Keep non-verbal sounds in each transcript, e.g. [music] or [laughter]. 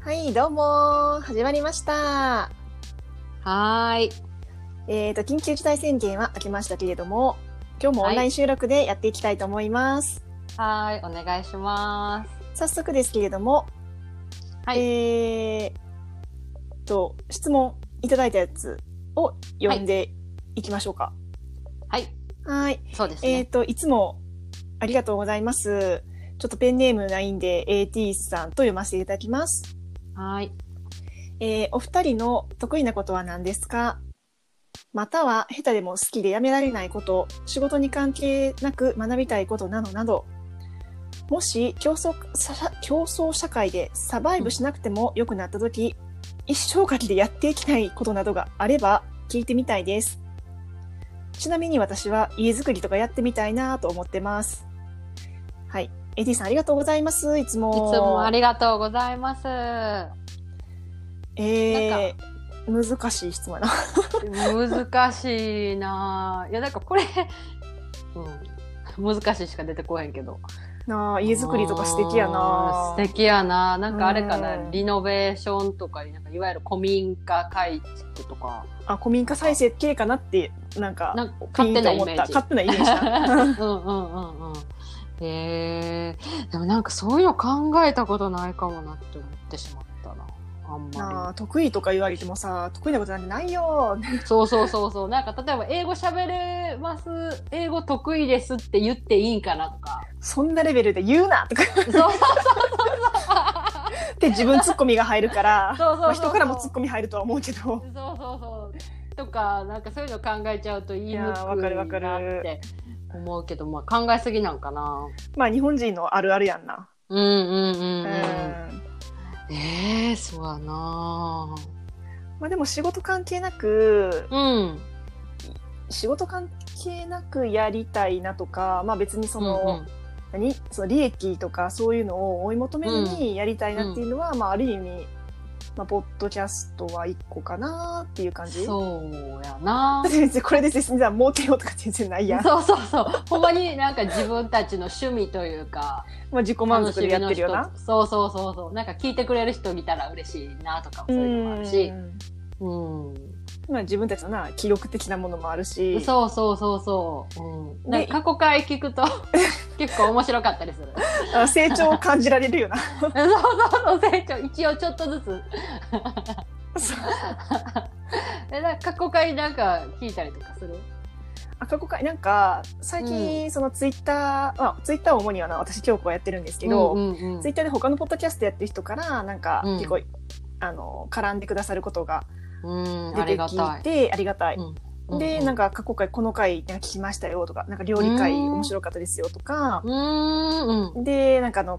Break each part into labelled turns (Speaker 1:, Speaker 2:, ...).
Speaker 1: はい、どうも始まりました。
Speaker 2: はーい。
Speaker 1: えっ、と緊急事態宣言は明けましたけれども、今日もオンライン収録でやっていきたいと思います。
Speaker 2: はーい。お願いします。
Speaker 1: 早速ですけれども、
Speaker 2: はい
Speaker 1: えーと質問いただいたやつを読んでいきましょうか。
Speaker 2: はい。
Speaker 1: はい、
Speaker 2: そうです
Speaker 1: えっ、
Speaker 2: ね。
Speaker 1: といつもありがとうございます。ちょっとペンネームないんで AT さんと読ませていただきます。
Speaker 2: はーい。
Speaker 1: えーお二人の得意なことは何ですかまたは下手でも好きでやめられないこと仕事に関係なく学びたいことなどなどもし競争さ競争社会でサバイブしなくても良くなった時、一生かきでやっていけないことなどがあれば聞いてみたいですちなみに私は家づくりとかやってみたいなと思ってますはいエディさんありがとうございますいつも
Speaker 2: いつもありがとうございます。
Speaker 1: えー、難しい質問やな
Speaker 2: 難しいなぁ。いや、なんかこれ、うん。難しいしか出てこへんけど。
Speaker 1: なあ家づくりとか素敵やな
Speaker 2: あー素敵やなぁ。なんかあれか
Speaker 1: うん
Speaker 2: な、リノベーションとかに、なんかいわゆる古民家改築とか、
Speaker 1: あ古民家再生系かなってなんか
Speaker 2: なんか
Speaker 1: ピ
Speaker 2: 勝
Speaker 1: ン
Speaker 2: 手
Speaker 1: と
Speaker 2: な
Speaker 1: 思
Speaker 2: イ
Speaker 1: っ
Speaker 2: メ
Speaker 1: た
Speaker 2: ージ。
Speaker 1: 勝手なイメージ
Speaker 2: [laughs]
Speaker 1: だ
Speaker 2: うんうんうんうん。へえでもなんかそういうの考えたことないかもなって思ってしまったな。あん
Speaker 1: な
Speaker 2: ま
Speaker 1: あ得意とか言われてもさ得意なことなんてないよ
Speaker 2: り。そうそうそうそう。なんか例えば英語喋れます、英語得意ですって言っていいんかなとか。
Speaker 1: そんなレベルで言うなとか
Speaker 2: そうそうそう
Speaker 1: って自分ツッコミが入るから
Speaker 2: [laughs] そ
Speaker 1: ま
Speaker 2: うそ
Speaker 1: あ
Speaker 2: う。
Speaker 1: 人からもツッ
Speaker 2: く。
Speaker 1: コミ入るとは思うけど
Speaker 2: そうそうそう。とか、なんかそういうの考えちゃうと言いにく
Speaker 1: い
Speaker 2: い
Speaker 1: やーわかるわかる
Speaker 2: なって思うけど、まあ考えすぎなんかな。
Speaker 1: まあ日本人のあるあるやんな、
Speaker 2: うんうんう
Speaker 1: うん
Speaker 2: んうん。ええそうやな
Speaker 1: まあ、でも仕事関係なく
Speaker 2: うん。
Speaker 1: 仕事関係なくやりたいなとかまあ別にその、
Speaker 2: うんうん
Speaker 1: 何その利益とかそういうのを追い求めずにやりたいなっていうのは、まあ、ある意味、まあ、ポッドキャストは一個かなっていう感じ。 [laughs]
Speaker 2: そうやな
Speaker 1: だっ。て別にこれで別にさ儲けようとか全然ないやん、
Speaker 2: そうそうそう。ほんまになんか自分たちの趣味というか、
Speaker 1: まあ、自己満足でやってるよ
Speaker 2: 楽
Speaker 1: な
Speaker 2: し。みの一つそうそうそうそう。なんか聞いてくれる人見たら嬉しいなとか
Speaker 1: う
Speaker 2: もそういうのもあるし。
Speaker 1: ん
Speaker 2: うん。
Speaker 1: まあ、自分たちのな記録的なものもあるし
Speaker 2: そうそうそうそう。うん。なん
Speaker 1: で
Speaker 2: か過去回
Speaker 1: [laughs]
Speaker 2: 聞くと結構面白かったりする。
Speaker 1: あ成長を感じられるよな [laughs]
Speaker 2: そうそうそう、成長。一応ちょっとずつ。
Speaker 1: そ
Speaker 2: [laughs]
Speaker 1: う
Speaker 2: え、なんか過去回なんか聞いたりとかする
Speaker 1: あ過去回なんか最近、そのツイッター、まあ、ツイッターを主にはな私京子がやってるんですけど、
Speaker 2: うんうんうん
Speaker 1: ツイッターで他のポッドキャストやってる人からなんか
Speaker 2: うん
Speaker 1: 結構、あの絡んでくださることが
Speaker 2: うん、
Speaker 1: 出
Speaker 2: あ
Speaker 1: て
Speaker 2: りがた
Speaker 1: き
Speaker 2: い。
Speaker 1: てありがたい。で、なん
Speaker 2: か、
Speaker 1: か過去回この回なんか聞きましたよとか、なんか料理会
Speaker 2: うん
Speaker 1: 面白かったですよとか
Speaker 2: う、ん、うん。
Speaker 1: で、なんかあの、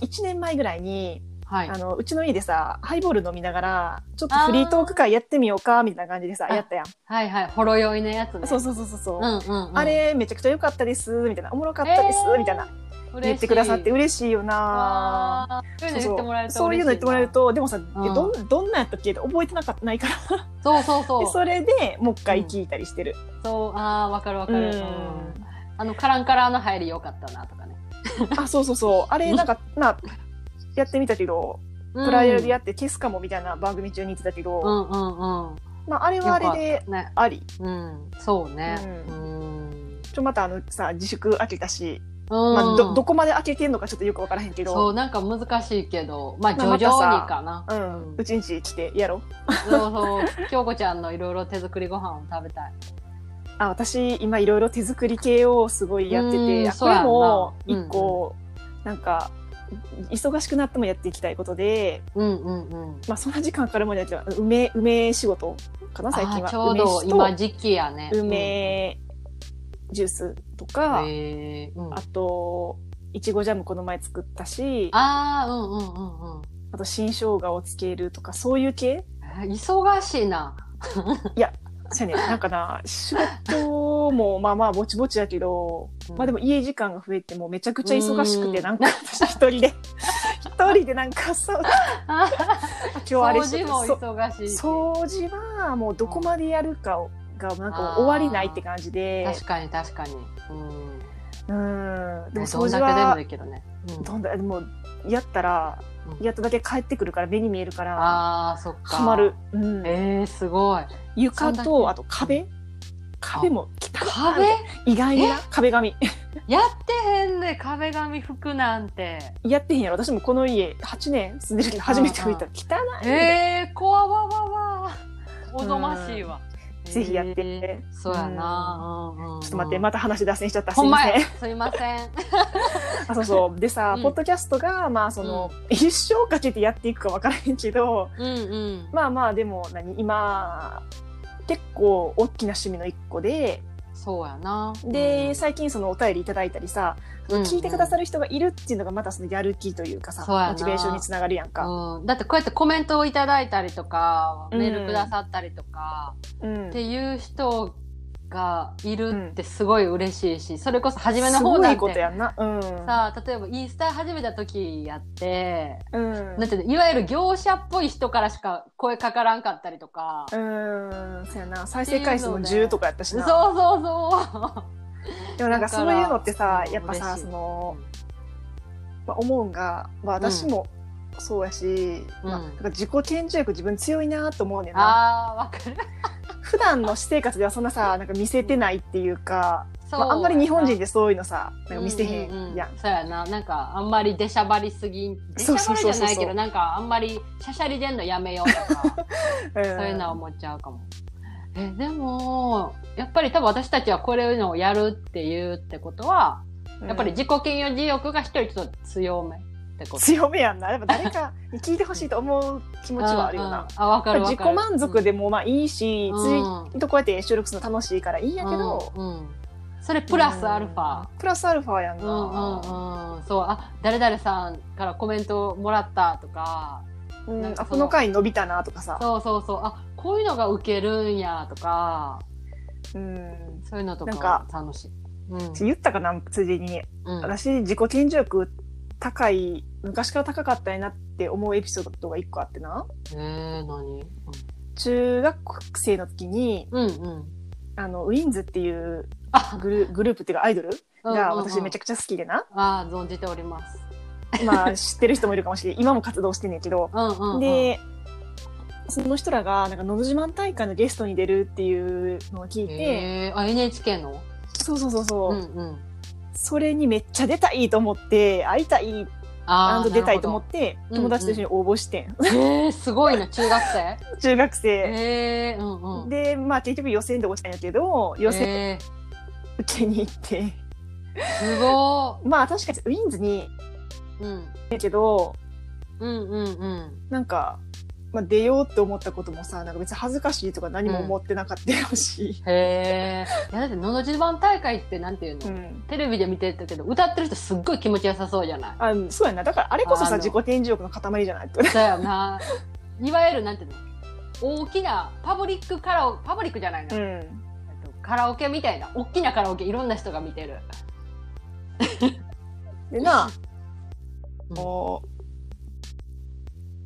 Speaker 1: 1年前ぐらいに、
Speaker 2: はい
Speaker 1: あ。の、うちの家でさ、ハイボール飲みながら、ちょっとフリートーク会やってみようか、みたいな感じでさ、
Speaker 2: あ
Speaker 1: やったやん。
Speaker 2: はいはい、ほろ酔いのやつね。
Speaker 1: そうそうそうそうそうう。
Speaker 2: んうんうん、
Speaker 1: あれ、めちゃくちゃ良かったです、みたいな。おもろかったです、
Speaker 2: えー
Speaker 1: みたいな。
Speaker 2: 嬉しい
Speaker 1: 言ってくださって嬉しいよな
Speaker 2: あーそういう
Speaker 1: そうそ
Speaker 2: の言ってもらえ
Speaker 1: う
Speaker 2: ると
Speaker 1: そういうの言ってもらえると、でもさ、
Speaker 2: ん
Speaker 1: えどんどんなやったっけって覚えてなかったないから、
Speaker 2: そうそうそう
Speaker 1: で
Speaker 2: そう
Speaker 1: それでもう一回聞いたりしてる。
Speaker 2: ああわかるわかる、
Speaker 1: う
Speaker 2: うんんあのカランカランの入りよかったなとかね
Speaker 1: あ、そうそうそう。あれ、なんか、まあ、やってみたけど、トライアルでやって消すかもみたいな番組中に言ってたけど、
Speaker 2: うんうんうん
Speaker 1: まあ、あれはあれで
Speaker 2: ね
Speaker 1: あり。
Speaker 2: うんそうね
Speaker 1: う
Speaker 2: うん、
Speaker 1: ちょ、またあのさ、自粛開けたし、
Speaker 2: うん
Speaker 1: まあ、ど、どこまで開けてんのかちょっとよくわからへんけ
Speaker 2: そ
Speaker 1: ど、
Speaker 2: うなんか難しいけどまあ
Speaker 1: ま
Speaker 2: 徐
Speaker 1: あ
Speaker 2: 々
Speaker 1: ま
Speaker 2: に
Speaker 1: たさ [laughs]
Speaker 2: かな、
Speaker 1: うん。うちんち来てやろう。
Speaker 2: そうそう京子ちゃんのいろいろ手作りご飯を食べたい
Speaker 1: あ、私、今いろいろ手作り系をすごいやって
Speaker 2: うん
Speaker 1: て、あこ
Speaker 2: そうや
Speaker 1: れ
Speaker 2: んな
Speaker 1: も、一個、なんか、忙しくなってもやっていきたいことで、
Speaker 2: うんうんうん
Speaker 1: まあ、そんな時間かかるもんじゃなくて、梅、梅仕事かな、最近
Speaker 2: あ
Speaker 1: は。
Speaker 2: ーちょうど今
Speaker 1: 梅
Speaker 2: 時期やね
Speaker 1: 酒と梅ジュースと
Speaker 2: うん
Speaker 1: か、
Speaker 2: へーうん
Speaker 1: あと、いちごジャムこの前作ったし、あ
Speaker 2: ああ、うんうんうんうん。
Speaker 1: と新生姜をつけるとか、そういう系
Speaker 2: えー忙しいな。
Speaker 1: そう
Speaker 2: [laughs]
Speaker 1: やね。なんかな、仕事もまあまあぼちぼちだけど、まあで
Speaker 2: [laughs]
Speaker 1: も
Speaker 2: も、
Speaker 1: 家時間が増えてもうめちゃくちゃ忙しくて、
Speaker 2: うん
Speaker 1: なんか私一人で、一人でなんか
Speaker 2: [laughs]
Speaker 1: そう、今日あれ
Speaker 2: 掃
Speaker 1: して
Speaker 2: 除も忙しいし。
Speaker 1: 掃除はもうどこまでやるかを、がなんか終わりないって感じで、
Speaker 2: 確かに確かに。うん。
Speaker 1: うん、でも
Speaker 2: ど
Speaker 1: 掃
Speaker 2: んだ
Speaker 1: 除
Speaker 2: けでも
Speaker 1: は
Speaker 2: できるね。うん
Speaker 1: どんだもうやったら
Speaker 2: うん
Speaker 1: やっただけ返ってくるから目に見えるから
Speaker 2: あーそっか
Speaker 1: ハマる、うん、
Speaker 2: えー、すごい
Speaker 1: 床
Speaker 2: そん
Speaker 1: と
Speaker 2: だけ
Speaker 1: あと壁壁も来た
Speaker 2: 壁
Speaker 1: 意外にな壁紙 [laughs]
Speaker 2: やってへんね壁紙服なんて
Speaker 1: やってへんやろ私もこの家8年住んでるけど初めて見た汚い、
Speaker 2: えー、こわわわわおぞましいわ、
Speaker 1: ぜひやって
Speaker 2: えーそうやな、うんうんうん
Speaker 1: ちょっと待ってまた話脱線しちゃったす
Speaker 2: ほ
Speaker 1: い
Speaker 2: ん
Speaker 1: ま
Speaker 2: ま
Speaker 1: せん
Speaker 2: やすいません
Speaker 1: [laughs] あそうそうでさ、
Speaker 2: うん
Speaker 1: ポッドキャストがまあその、一生かけてやっていくか分からへんけど
Speaker 2: うんうん
Speaker 1: まあまあでも何今結構大きな趣味の一個で
Speaker 2: そうやな
Speaker 1: で、最近そのお便りいただいたりさ、
Speaker 2: うん
Speaker 1: 聞いてくださる人がいるっていうのがまたそのやる気というかさ
Speaker 2: そうやな
Speaker 1: モチベーションにつながるやんか。
Speaker 2: うん、だってこうやってコメントをいただいたりとか、
Speaker 1: うん
Speaker 2: メールくださったりとか、
Speaker 1: うん
Speaker 2: っていう人がいるってすごい嬉しいし、それこそ初めの
Speaker 1: す
Speaker 2: 方
Speaker 1: ご
Speaker 2: だ
Speaker 1: い
Speaker 2: っ
Speaker 1: こと
Speaker 2: て
Speaker 1: やんな。うん。
Speaker 2: さあ例えばインスタ始めた時やって、
Speaker 1: うん。
Speaker 2: なんていうのいわゆる業者っぽい人からしか声かからんかったりとか、
Speaker 1: うん、そうやな再生回数も10とかやったし
Speaker 2: そう
Speaker 1: な、 [laughs]
Speaker 2: そうそ
Speaker 1: でもなんかそういうのってさ
Speaker 2: だから
Speaker 1: やっぱさ
Speaker 2: 嬉しい
Speaker 1: その、まあ、思うんが、まあ、
Speaker 2: うん
Speaker 1: 私もそうやし、
Speaker 2: うん
Speaker 1: まあ、なんか自己顕示欲自分強いなと思うねん
Speaker 2: う
Speaker 1: な
Speaker 2: あーわかる
Speaker 1: 普段の私生活ではそんなさなんか見せてないっていうか、
Speaker 2: そう、
Speaker 1: まあ、あんまり日本人ってそういうのさなんか見せへんやん,、
Speaker 2: うううそうやななんかあんまり出しゃばりすぎん出し
Speaker 1: そう
Speaker 2: ゃ
Speaker 1: そう
Speaker 2: ば
Speaker 1: そう
Speaker 2: りじゃ
Speaker 1: そう
Speaker 2: ないけどなんかあんまりしゃしゃり出んのやめようとか
Speaker 1: うん
Speaker 2: そういうのは思っちゃうかも。えでもやっぱり多分私たちはこれのをやるっていうってことはやっぱり
Speaker 1: うん
Speaker 2: 自己嫌悪自欲が一人ちょっと強めってこと。
Speaker 1: 強めやんなやっぱ誰かに聞いてほしいと思う気持ちはあるよな。
Speaker 2: うんうんあわかるわか
Speaker 1: 自
Speaker 2: る。
Speaker 1: 己満足でもまあいいし、
Speaker 2: うん
Speaker 1: ツイートこうやって収録するの楽しいからいいんやけど、
Speaker 2: うんうんそれプラスアルファ。
Speaker 1: プラスアルファやんな、
Speaker 2: うんうんうん、そうあ誰々さんからコメントもらったとか
Speaker 1: うん
Speaker 2: なんか
Speaker 1: あ
Speaker 2: その
Speaker 1: この回伸びたなとかさ、
Speaker 2: そうそうそうあこういうのがウケるんやとか
Speaker 1: うん、
Speaker 2: そういうのと
Speaker 1: なんか
Speaker 2: か楽しい。うん
Speaker 1: 言ったかなついでに
Speaker 2: うん
Speaker 1: 私自己顕示欲高い昔から高かったなって思うエピソードが一個あってな
Speaker 2: えー、何
Speaker 1: 中学生の時に
Speaker 2: うんうん。
Speaker 1: あのウィンズっていう
Speaker 2: あ
Speaker 1: グルグループっていうかアイドルが私めちゃ
Speaker 2: ゃ
Speaker 1: くちゃ好きでな、
Speaker 2: あー存じております。
Speaker 1: まあ知ってる人もいるかもしれない今も活動してんねんけど、
Speaker 2: うんうんうん、
Speaker 1: でその人らが「なんかのど自慢大会」のゲストに出るっていうのを聞いて、
Speaker 2: えー、あ NHK の
Speaker 1: そうそうそうそう、
Speaker 2: うんうん。
Speaker 1: それにめっちゃ出たいと思って会いたいア
Speaker 2: あ。
Speaker 1: ンド出たいと思ってて
Speaker 2: ほど
Speaker 1: 友達と一緒に応募してん、
Speaker 2: えー、すご
Speaker 1: [laughs]
Speaker 2: いな中学生。
Speaker 1: 中学生、
Speaker 2: えー、うんうん。
Speaker 1: でまあ結局予選で落ちたんやけど予選
Speaker 2: え
Speaker 1: 受けに行って、
Speaker 2: ー、すご
Speaker 1: [laughs] まあ確かにウィンズに
Speaker 2: い。うん
Speaker 1: だけど
Speaker 2: うんうんうん。
Speaker 1: なんか、まあ、出ようって思ったこともさなんか別に恥ずかしいとか何も思ってなかったよし、
Speaker 2: へえ。いやだってのど自慢大会ってなんていう
Speaker 1: う
Speaker 2: の、
Speaker 1: ん
Speaker 2: テレビで見てたけど歌ってる人すっごい気持ちよさそうじゃない。
Speaker 1: あそうやなだからあれこそさ
Speaker 2: あの
Speaker 1: 自己展示欲の塊じゃないと
Speaker 2: そうやな。 [laughs] いわゆるなんていうの大きなパブリックカラオパブリックじゃないな、
Speaker 1: う
Speaker 2: えっ
Speaker 1: ん
Speaker 2: とカラオケみたいな大きなカラオケいろんな人が見てる。
Speaker 1: でな、
Speaker 2: うん
Speaker 1: もう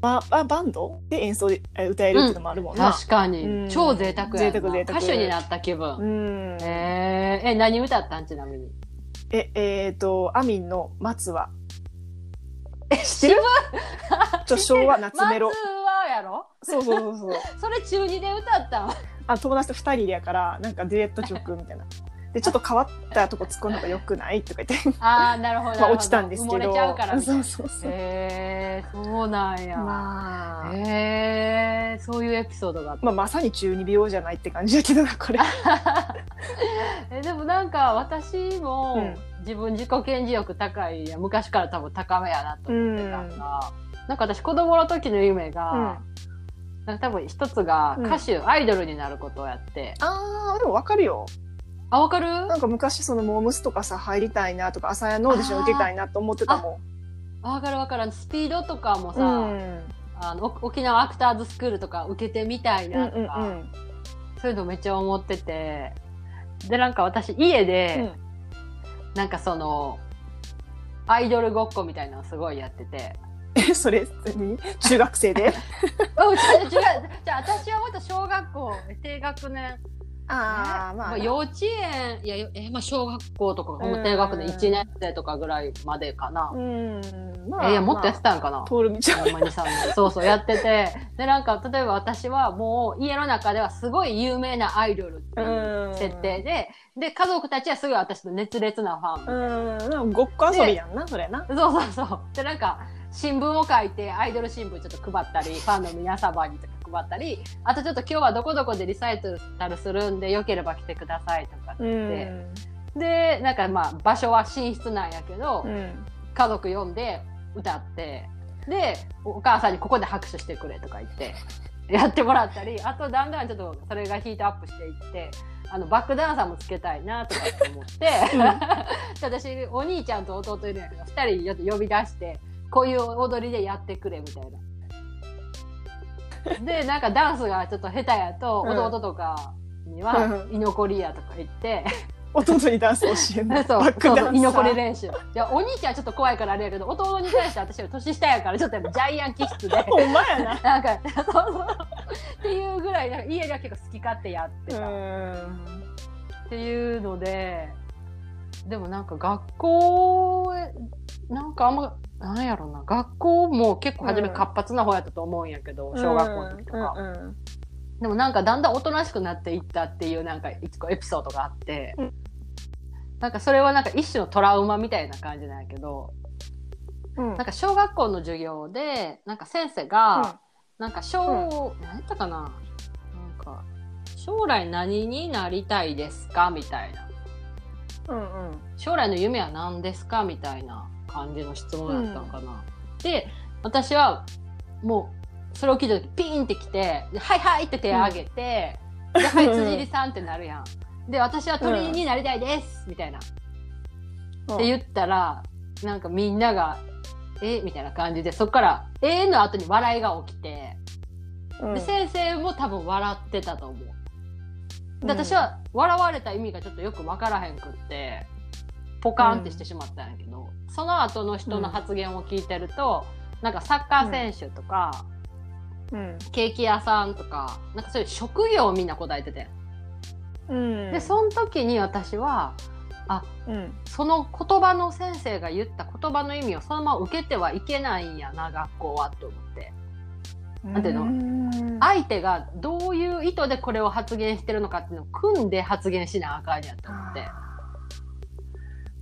Speaker 1: まあ、バンドで演奏でえ歌えるっていうのもあるもんな、
Speaker 2: 確かに、
Speaker 1: うん
Speaker 2: 超贅沢
Speaker 1: 贅
Speaker 2: やな
Speaker 1: 沢贅沢
Speaker 2: 歌手になった気分、
Speaker 1: うん
Speaker 2: えー、え何歌ったんちなみに
Speaker 1: え、えっ、と、アミンの松は、
Speaker 2: え
Speaker 1: 知ってるちょ、昭和夏メロ
Speaker 2: [laughs] 松。はやろ
Speaker 1: そうそうそうそう。
Speaker 2: それ中二で歌ったん
Speaker 1: あ、友達と二人でやから、なんかデュエット曲みたいな。で、ちょっと変わったとこ突っ込んだ方がよくないとか言って、
Speaker 2: [laughs] ああなるほどなるほど、
Speaker 1: まあ落ちたんですけど。
Speaker 2: 埋もれちゃうからみたい
Speaker 1: そ
Speaker 2: な
Speaker 1: うそうそう。
Speaker 2: えー、そうなんや、
Speaker 1: まあ、
Speaker 2: えー、そういうエピソードがあった
Speaker 1: まあ、まさに中二病じゃないって感じだけどな、これ。
Speaker 2: えでもなんか私も、
Speaker 1: う
Speaker 2: 自分自己顕示欲高いや昔から多分高めやなと思ってたんが、なんか私子供の時の夢が、なんか多分一つが歌手、アイドルになることをやって
Speaker 1: あー、でもわかるよ。
Speaker 2: あわかる
Speaker 1: なんか昔、そのモームスとかさ、入りたいなとか、朝やのオーディション受けたいなと思ってたもん。
Speaker 2: あわかるわかるあのスピードとかもさ、
Speaker 1: うん。
Speaker 2: あのお沖縄アクターズスクールとか受けてみたい
Speaker 1: うん
Speaker 2: な
Speaker 1: う
Speaker 2: と
Speaker 1: ん
Speaker 2: か、
Speaker 1: うん。
Speaker 2: そういうのめっちゃ思っててでなんか私家で、なんかそのアイドルごっこみたいなのすごいやってて。
Speaker 1: え、それ、何中学生で
Speaker 2: [laughs] うん違う違う。じゃあ私はまた小学校低学年
Speaker 1: ああ、まあ、
Speaker 2: まあ、幼稚園、いや、よえまあ、小学校とか、
Speaker 1: うん
Speaker 2: 低学年1年生とかぐらいまでかな。
Speaker 1: うん、ま
Speaker 2: えいや、もっとやって
Speaker 1: ま
Speaker 2: たんかな。
Speaker 1: あ通る道は。
Speaker 2: ほんまにさんのそうそう、やってて。で、なんか、例えば私はもう、家の中ではすごい有名なアイドルっていう設定で、で、家族たちはすごい私の熱烈なファン。
Speaker 1: うん、ごっこ遊びやんな、それな。
Speaker 2: そうそうそう。で、なんか、新聞を書いて、アイドル新聞ちょっと配ったり、ファンの皆様にとか配ったり、あとちょっと今日はどこどこでリサイタルするんで、よければ来てくださいとかって
Speaker 1: う
Speaker 2: 言っ
Speaker 1: ん。
Speaker 2: て。で、なんかまあ、場所は寝室なんやけど、
Speaker 1: うん。
Speaker 2: 家族呼んで、歌って、で、お母さんにここで拍手してくれとか言って、やってもらったり、あとだんだんちょっとそれがヒートアップしていって、あの、バックダンサーもつけたいなとかって思って、 [laughs] 私、お兄ちゃんと弟いるんやけど、二人ちょっと呼び出して、こういう踊りでやってくれみたいな。で、なんかダンスがちょっと下手やと、
Speaker 1: うん
Speaker 2: 弟とかには
Speaker 1: う、
Speaker 2: 居残りやとか言って、
Speaker 1: 弟にダンス教えんの。
Speaker 2: [laughs] そう、
Speaker 1: バックダンサ
Speaker 2: そう
Speaker 1: ー
Speaker 2: 居残り練習。いや、お兄ちゃんちょっと怖いからあれやけど、弟に対して私より年下やから、ちょっとやっぱジャイアン気質で。
Speaker 1: ほんまや
Speaker 2: [laughs]
Speaker 1: な。
Speaker 2: なんか、そうそう。っていうぐらい、なんか家では結構好き勝手やってた。
Speaker 1: うん。
Speaker 2: っていうので、でもなんか学校へ、なんかあんま、なんやろな、学校も結構初め
Speaker 1: うん
Speaker 2: 活発な方やったと思うんやけど、小学校の時とか。
Speaker 1: うんうん
Speaker 2: でもなんかだんだんおとなしくなっていったっていうなんか一個エピソードがあって、
Speaker 1: うん
Speaker 2: なんかそれはなんか一種のトラウマみたいな感じなんやけど、
Speaker 1: うん。
Speaker 2: なんか小学校の授業で、なんか先生が、なんか小、何やったかななんか、将来何になりたいですかみたいな。
Speaker 1: うんうん。
Speaker 2: 将来の夢は何ですかみたいな感じの質問だったのかな。で、私はもうそれを聞いた時ピーンってきて、ではいはいって手を挙げて、で、はい、辻りさんってなるやん。で、私は鳥になりたいです、みたいな。って言ったら、なんかみんなが、えみたいな感じで、そっから、えーの後に笑いが起きて、
Speaker 1: うん
Speaker 2: で先生も多分笑ってたと思う。で私、は笑われた意味がちょっとよく分からへんくってポカーンってしてしまったんやけど、その後の人の発言を聞いてると、なんかサッカー選手とか、
Speaker 1: うん。
Speaker 2: ケーキ屋さんとかなんかそういう職業をみんな答えてて、
Speaker 1: うん。
Speaker 2: でその時に私は
Speaker 1: うん。
Speaker 2: その言葉の先生が言った言葉の意味をそのまま受けてはいけないんやな学校はと思って
Speaker 1: なん
Speaker 2: ていうの
Speaker 1: の
Speaker 2: 相手がどういう意図でこれを発言してるのかっていうのを組んで発言しなあかんやと思って。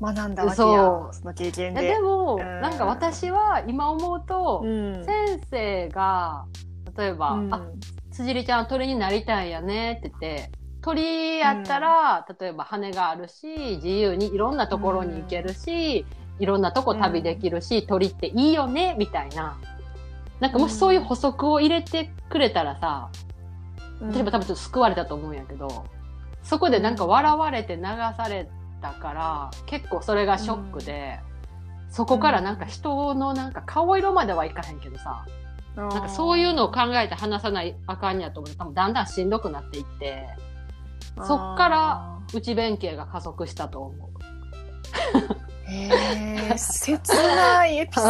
Speaker 1: 学んだわけ
Speaker 2: そ
Speaker 1: や。
Speaker 2: う
Speaker 1: その経
Speaker 2: い
Speaker 1: 験
Speaker 2: や
Speaker 1: で
Speaker 2: で。も、
Speaker 1: うん
Speaker 2: なんか私は今思うと、
Speaker 1: うん
Speaker 2: 先生が例えば「
Speaker 1: うん
Speaker 2: あ辻里ちゃん鳥になりたいやね」って言って鳥やったら、例えば羽があるし自由にいろんなところに行けるし、いろんなとこ旅できるし、鳥っていいよねみたいな。なんかもしそういう補足を入れてくれたらさ、私も多分ちょっと救われたと思うんやけど、そこでなんか笑われて流されたから、結構それがショックで、そこからなんか人のなんか顔色まではいかへんけどさ、なんかそういうのを考えて話さないあかんやと思って、多分だんだんしんどくなっていって、そっから内弁慶が加速したと思う。
Speaker 1: へー切ないエピソー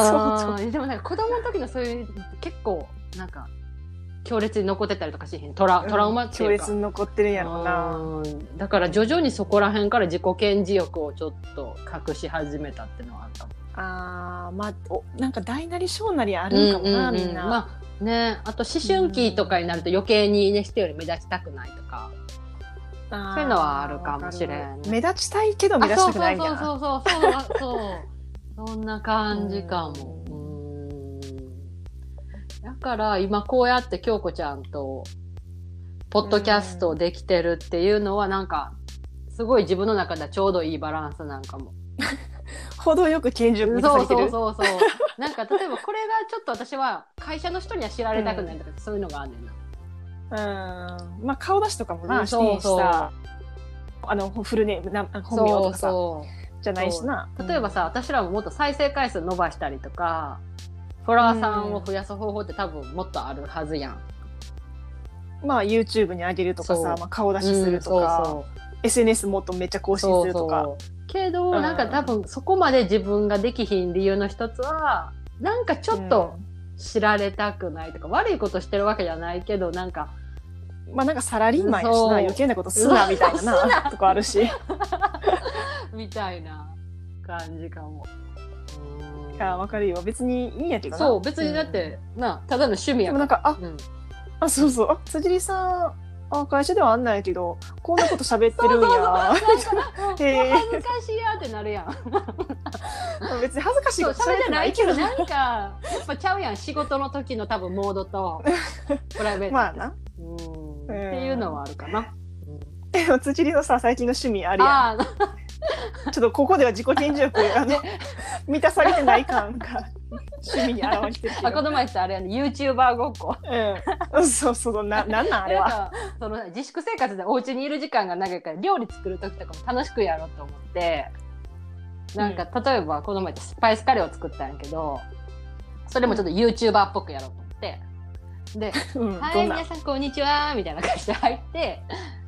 Speaker 2: [laughs] あーでもなんか子供の時のそういう結構なんか強烈に残ってたりとかしへん。トラ
Speaker 1: ド。
Speaker 2: トラウマって
Speaker 1: 強
Speaker 2: いうか。
Speaker 1: 烈に残ってるんやろうな。
Speaker 2: うんだから徐々にそこら辺から自己顕示欲をちょっと隠し始めたっていうのはあったもん
Speaker 1: あーまあ、おなんか大なり小なりあるんかもな、
Speaker 2: ううう
Speaker 1: みんな。
Speaker 2: まあねあと思春期とかになると余計にね人より目立ちたくないとか
Speaker 1: あー
Speaker 2: そういうのはあるかもしれん
Speaker 1: わかる目立ちたいけど目立ちたくないみたいな。
Speaker 2: あそうそうそうそうそうそうそんな感じかも
Speaker 1: う
Speaker 2: うんだから今こうやって京子ちゃんとポッドキャストできてるっていうのはなんかすごい自分の中ではちょうどいいバランスなんかも
Speaker 1: 程よく顕示欲満たさ
Speaker 2: そう
Speaker 1: れて
Speaker 2: そ
Speaker 1: る。
Speaker 2: うそうそう [laughs] なんか例えばこれがちょっと私は会社の人には知られたくないとか、そういうのがあんねんな、
Speaker 1: うんまあ、顔出しとかもな、
Speaker 2: うん
Speaker 1: 指
Speaker 2: そう
Speaker 1: 定
Speaker 2: そう
Speaker 1: した。あのフルネームな本名とかさ
Speaker 2: そう
Speaker 1: じゃないしな
Speaker 2: そう例えばさ、私らももっと再生回数伸ばしたりとかフォロワーさんを増やす方法って多分もっとあるはずやん、
Speaker 1: まあ YouTube に上げるとか
Speaker 2: そ
Speaker 1: さ
Speaker 2: う、
Speaker 1: まあ、顔出しすると
Speaker 2: うん
Speaker 1: か、
Speaker 2: そう
Speaker 1: SNS もっとめっちゃ更
Speaker 2: そ
Speaker 1: 新
Speaker 2: う
Speaker 1: するとか
Speaker 2: そうそうけど、
Speaker 1: うん
Speaker 2: なんか多分そこまで自分ができひん理由の一つはなんかちょっと、知られたくないとか悪いことしてるわけじゃないけどなんか
Speaker 1: まあなんかサラリーマンやしな
Speaker 2: そう
Speaker 1: 余計なことす
Speaker 2: [laughs]
Speaker 1: なみたいななとこあるし
Speaker 2: みたいな感じかも。うん
Speaker 1: いやわかるよ別にいいんやけどな
Speaker 2: そう別にだって、なただの趣味
Speaker 1: で
Speaker 2: や
Speaker 1: も
Speaker 2: か
Speaker 1: なんかあ
Speaker 2: ら。うん
Speaker 1: あそうそうあ辻里さんあ会社ではあんないけどこんなこと喋ってる
Speaker 2: [laughs]
Speaker 1: んや
Speaker 2: なんか
Speaker 1: [laughs] へえ
Speaker 2: もう恥ずかしいやってな
Speaker 1: [laughs]
Speaker 2: るやん。
Speaker 1: 別に恥ずかしい
Speaker 2: そ
Speaker 1: こ
Speaker 2: う
Speaker 1: と
Speaker 2: そ
Speaker 1: 喋
Speaker 2: れ
Speaker 1: っ
Speaker 2: じゃ
Speaker 1: て
Speaker 2: な
Speaker 1: ない
Speaker 2: い
Speaker 1: け
Speaker 2: け
Speaker 1: ど
Speaker 2: どなんかやっぱちゃうやん仕事の時の多分モー
Speaker 1: [laughs]
Speaker 2: ドとプライベート、
Speaker 1: まあな [laughs]
Speaker 2: うんって
Speaker 1: うん
Speaker 2: いうのはあるかな。
Speaker 1: でも辻里のさ最近の趣味あるや
Speaker 2: ああ
Speaker 1: んちょっとここでは自己顕示欲
Speaker 2: [laughs]
Speaker 1: あの満たされてない感が趣味に表れてるけ
Speaker 2: あこ
Speaker 1: ど
Speaker 2: の前言ったあれやね YouTuber ごっこ。
Speaker 1: うん [laughs] そうそうななんなんあれは
Speaker 2: なんかその自粛生活でお家にいる時間が長いから料理作る時とかも楽しくやろうと思ってなんか例えばこの前スパイスカレーを作ったんやけどそれもちょっと YouTuber っぽくやろうと思ってで
Speaker 1: うん
Speaker 2: は
Speaker 1: ど
Speaker 2: い、
Speaker 1: んな
Speaker 2: 皆さん、こんにちは。みたいな感じで入って、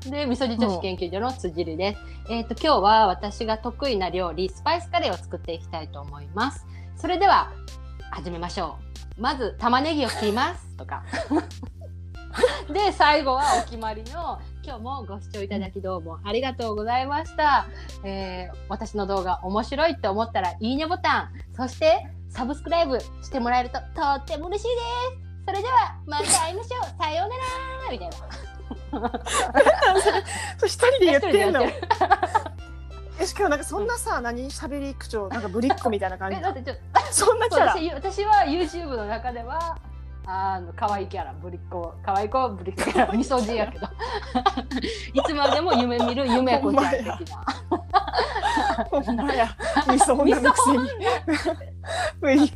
Speaker 2: で、味噌汁女子研究所の辻里です。えっ、と、今日は私が得意な料理、スパイスカレーを作っていきたいと思います。それでは、始めましょう。まず、玉ねぎを切ります。とか。で、最後はお決まりの、今日もご視聴いただきどうもありがとうございました。えー私の動画面白いって思ったら、いいねボタン、そして、サブスクライブしてもらえるととっても嬉しいです。それではまた会いましょう。さようならみたいな。
Speaker 1: そう一人で言ってんの
Speaker 2: 一人でやってる
Speaker 1: えしかもなんかそんなさ、何喋り口調なんかぶりっ子みたいな感じ
Speaker 2: えだってちょっ
Speaker 1: [laughs] そんな
Speaker 2: と
Speaker 1: キャラ
Speaker 2: 私私は YouTube の中ではあの可愛いキャラぶりっ子可愛い子ぶりっ
Speaker 1: [laughs]
Speaker 2: 子キャラみそじやけど [laughs] いつまでも夢見る夢子ちゃん的な
Speaker 1: ほんま
Speaker 2: [laughs]
Speaker 1: や味噌女のくせに [laughs] ぶりっ子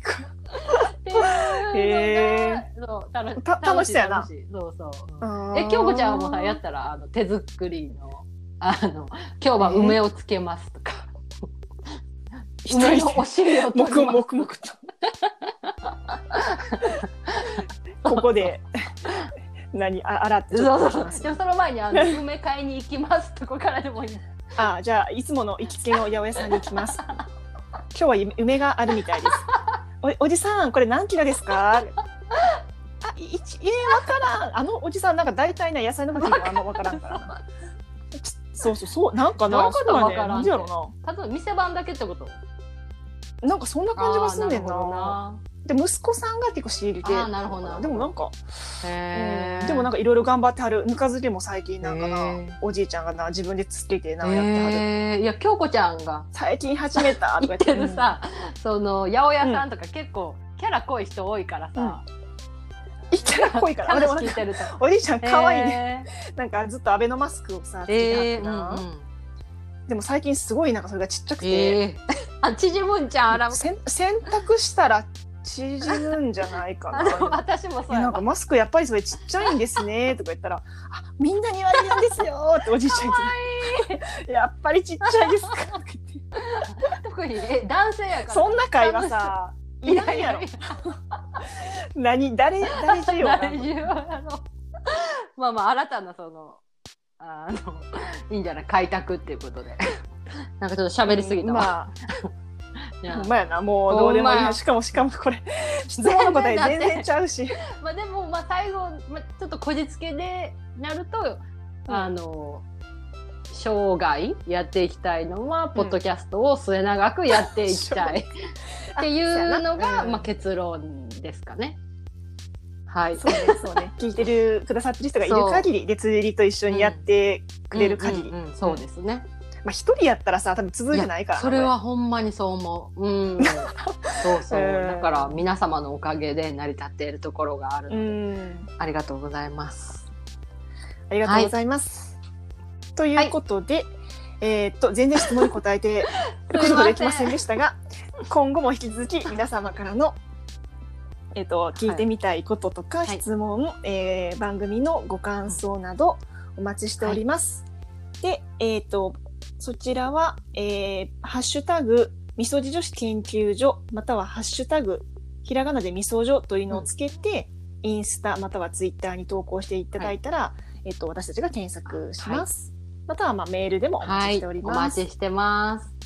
Speaker 2: っていうのが
Speaker 1: へー
Speaker 2: そう楽
Speaker 1: た楽し
Speaker 2: し
Speaker 1: そうやな
Speaker 2: 楽いそうそう、
Speaker 1: あ
Speaker 2: え
Speaker 1: ー
Speaker 2: 京子ちゃんもさやったらあの手作りのあの今日は梅をつけますとか、
Speaker 1: 一人
Speaker 2: 梅
Speaker 1: で
Speaker 2: のお尻を取りま
Speaker 1: 黙
Speaker 2: す
Speaker 1: 々黙
Speaker 2: [laughs]
Speaker 1: 々とここで何あ洗ってちょっ
Speaker 2: そ
Speaker 1: と
Speaker 2: うそうそう。でもその前にあの梅買いに行きますとこからでもいい。
Speaker 1: あじゃあいつもの行きつけの八百屋さんに行きます今日は梅があるみたいですおおじさんこれ何キロですかあいいちえー、わからんあのおじさんなんか大体ね野菜のことがあんまわからんからなちそうそうそうなんか
Speaker 2: ど
Speaker 1: な
Speaker 2: ういうこ
Speaker 1: そ
Speaker 2: と
Speaker 1: うだね
Speaker 2: わからん
Speaker 1: なんでやろ
Speaker 2: ただ店番だけってこと。
Speaker 1: ななんかそんな感じがすんねんな
Speaker 2: あ
Speaker 1: で息子さんが結構仕入れて
Speaker 2: あーなるほどな
Speaker 1: でもなんか
Speaker 2: ーなるほどな。へ
Speaker 1: でもなん
Speaker 2: か
Speaker 1: かいろいろ頑張ってはるぬか漬けも最近なんか
Speaker 2: へ
Speaker 1: な
Speaker 2: ー
Speaker 1: おじいちゃんがな自分でつけてな
Speaker 2: へ
Speaker 1: やってはる
Speaker 2: えいや京子ちゃんが
Speaker 1: 最近始めたと
Speaker 2: 言
Speaker 1: か言
Speaker 2: っ
Speaker 1: って
Speaker 2: るさ、その八百屋さんとか結構キャラ濃い人多いからさ、
Speaker 1: うん言ってらっこいいからあでもな
Speaker 2: 話
Speaker 1: ん
Speaker 2: 聞い
Speaker 1: か
Speaker 2: てると。
Speaker 1: おじいちゃん [laughs] 可愛いね
Speaker 2: ね。
Speaker 1: なんかずっとアベノマスクをさつけ
Speaker 2: え
Speaker 1: てはっ
Speaker 2: ーう
Speaker 1: て
Speaker 2: んう。
Speaker 1: なんでも最近すごいなんかそれがちっちゃくて
Speaker 2: えーあ縮むんちゃんあら。
Speaker 1: せん洗濯したら縮むんじゃないか
Speaker 2: あの
Speaker 1: な
Speaker 2: 私も
Speaker 1: え
Speaker 2: [laughs] そう
Speaker 1: な
Speaker 2: や
Speaker 1: んか
Speaker 2: わ。
Speaker 1: マスクやっぱりそれちっちゃいんですねとか言ったら「あみんなに言われるんですよ」っておじいちゃん言って「やっぱりちっちゃいですか」とか言って
Speaker 2: 特にえ男性やから。
Speaker 1: そんな会話
Speaker 2: [laughs]
Speaker 1: さいないやろ。何誰誰需要な
Speaker 2: 大丈夫あのまあまあ新たなそのあのいいんじゃない開拓っていうことでなんかちょっと喋りすぎたわ、
Speaker 1: ま
Speaker 2: い
Speaker 1: あ
Speaker 2: や
Speaker 1: ほんまやなもうどうでも
Speaker 2: ほん
Speaker 1: い
Speaker 2: ま
Speaker 1: い
Speaker 2: や
Speaker 1: しかもしかもこれ質問の答え全然ちゃうし
Speaker 2: まあでもまあ最後、まあ、ちょっとこじつけでなると、
Speaker 1: うん
Speaker 2: あの生涯やっていきたいのは、ポッドキャストを末永くやっていきたいってい
Speaker 1: [laughs]
Speaker 2: うのが、まあ、結論ですかね。はい
Speaker 1: そうねそうね聞いてるくださってる人がいる限りで釣りと一緒にやってくれる限り
Speaker 2: うん
Speaker 1: ま
Speaker 2: うんうんそうですね、
Speaker 1: あ一人やったらさ多分続いてないから
Speaker 2: それはほんまにそう思う。うん。 [laughs] そうそう。
Speaker 1: うん
Speaker 2: だから皆様のおかげで成り立っているところがあるの
Speaker 1: う
Speaker 2: で、
Speaker 1: ん
Speaker 2: ありがとうございます。
Speaker 1: ありがとうございますということでえーっと全然質問に答え
Speaker 2: [laughs]
Speaker 1: てくことができませんでしたが今後も引き続き皆様からの、えっと聞いてみたいこととか、
Speaker 2: はい
Speaker 1: 質問、えー番組のご感想などお待ちしております。で、えっとそちらは、えーハッシュタグみそじ女子研究所またはハッシュタグひらがなでみそじょというのをつけて、インスタまたはツイッターに投稿していただいたら、えっと私たちが検索します。またはまあメールでもお待ちしております。
Speaker 2: お待ちしてます。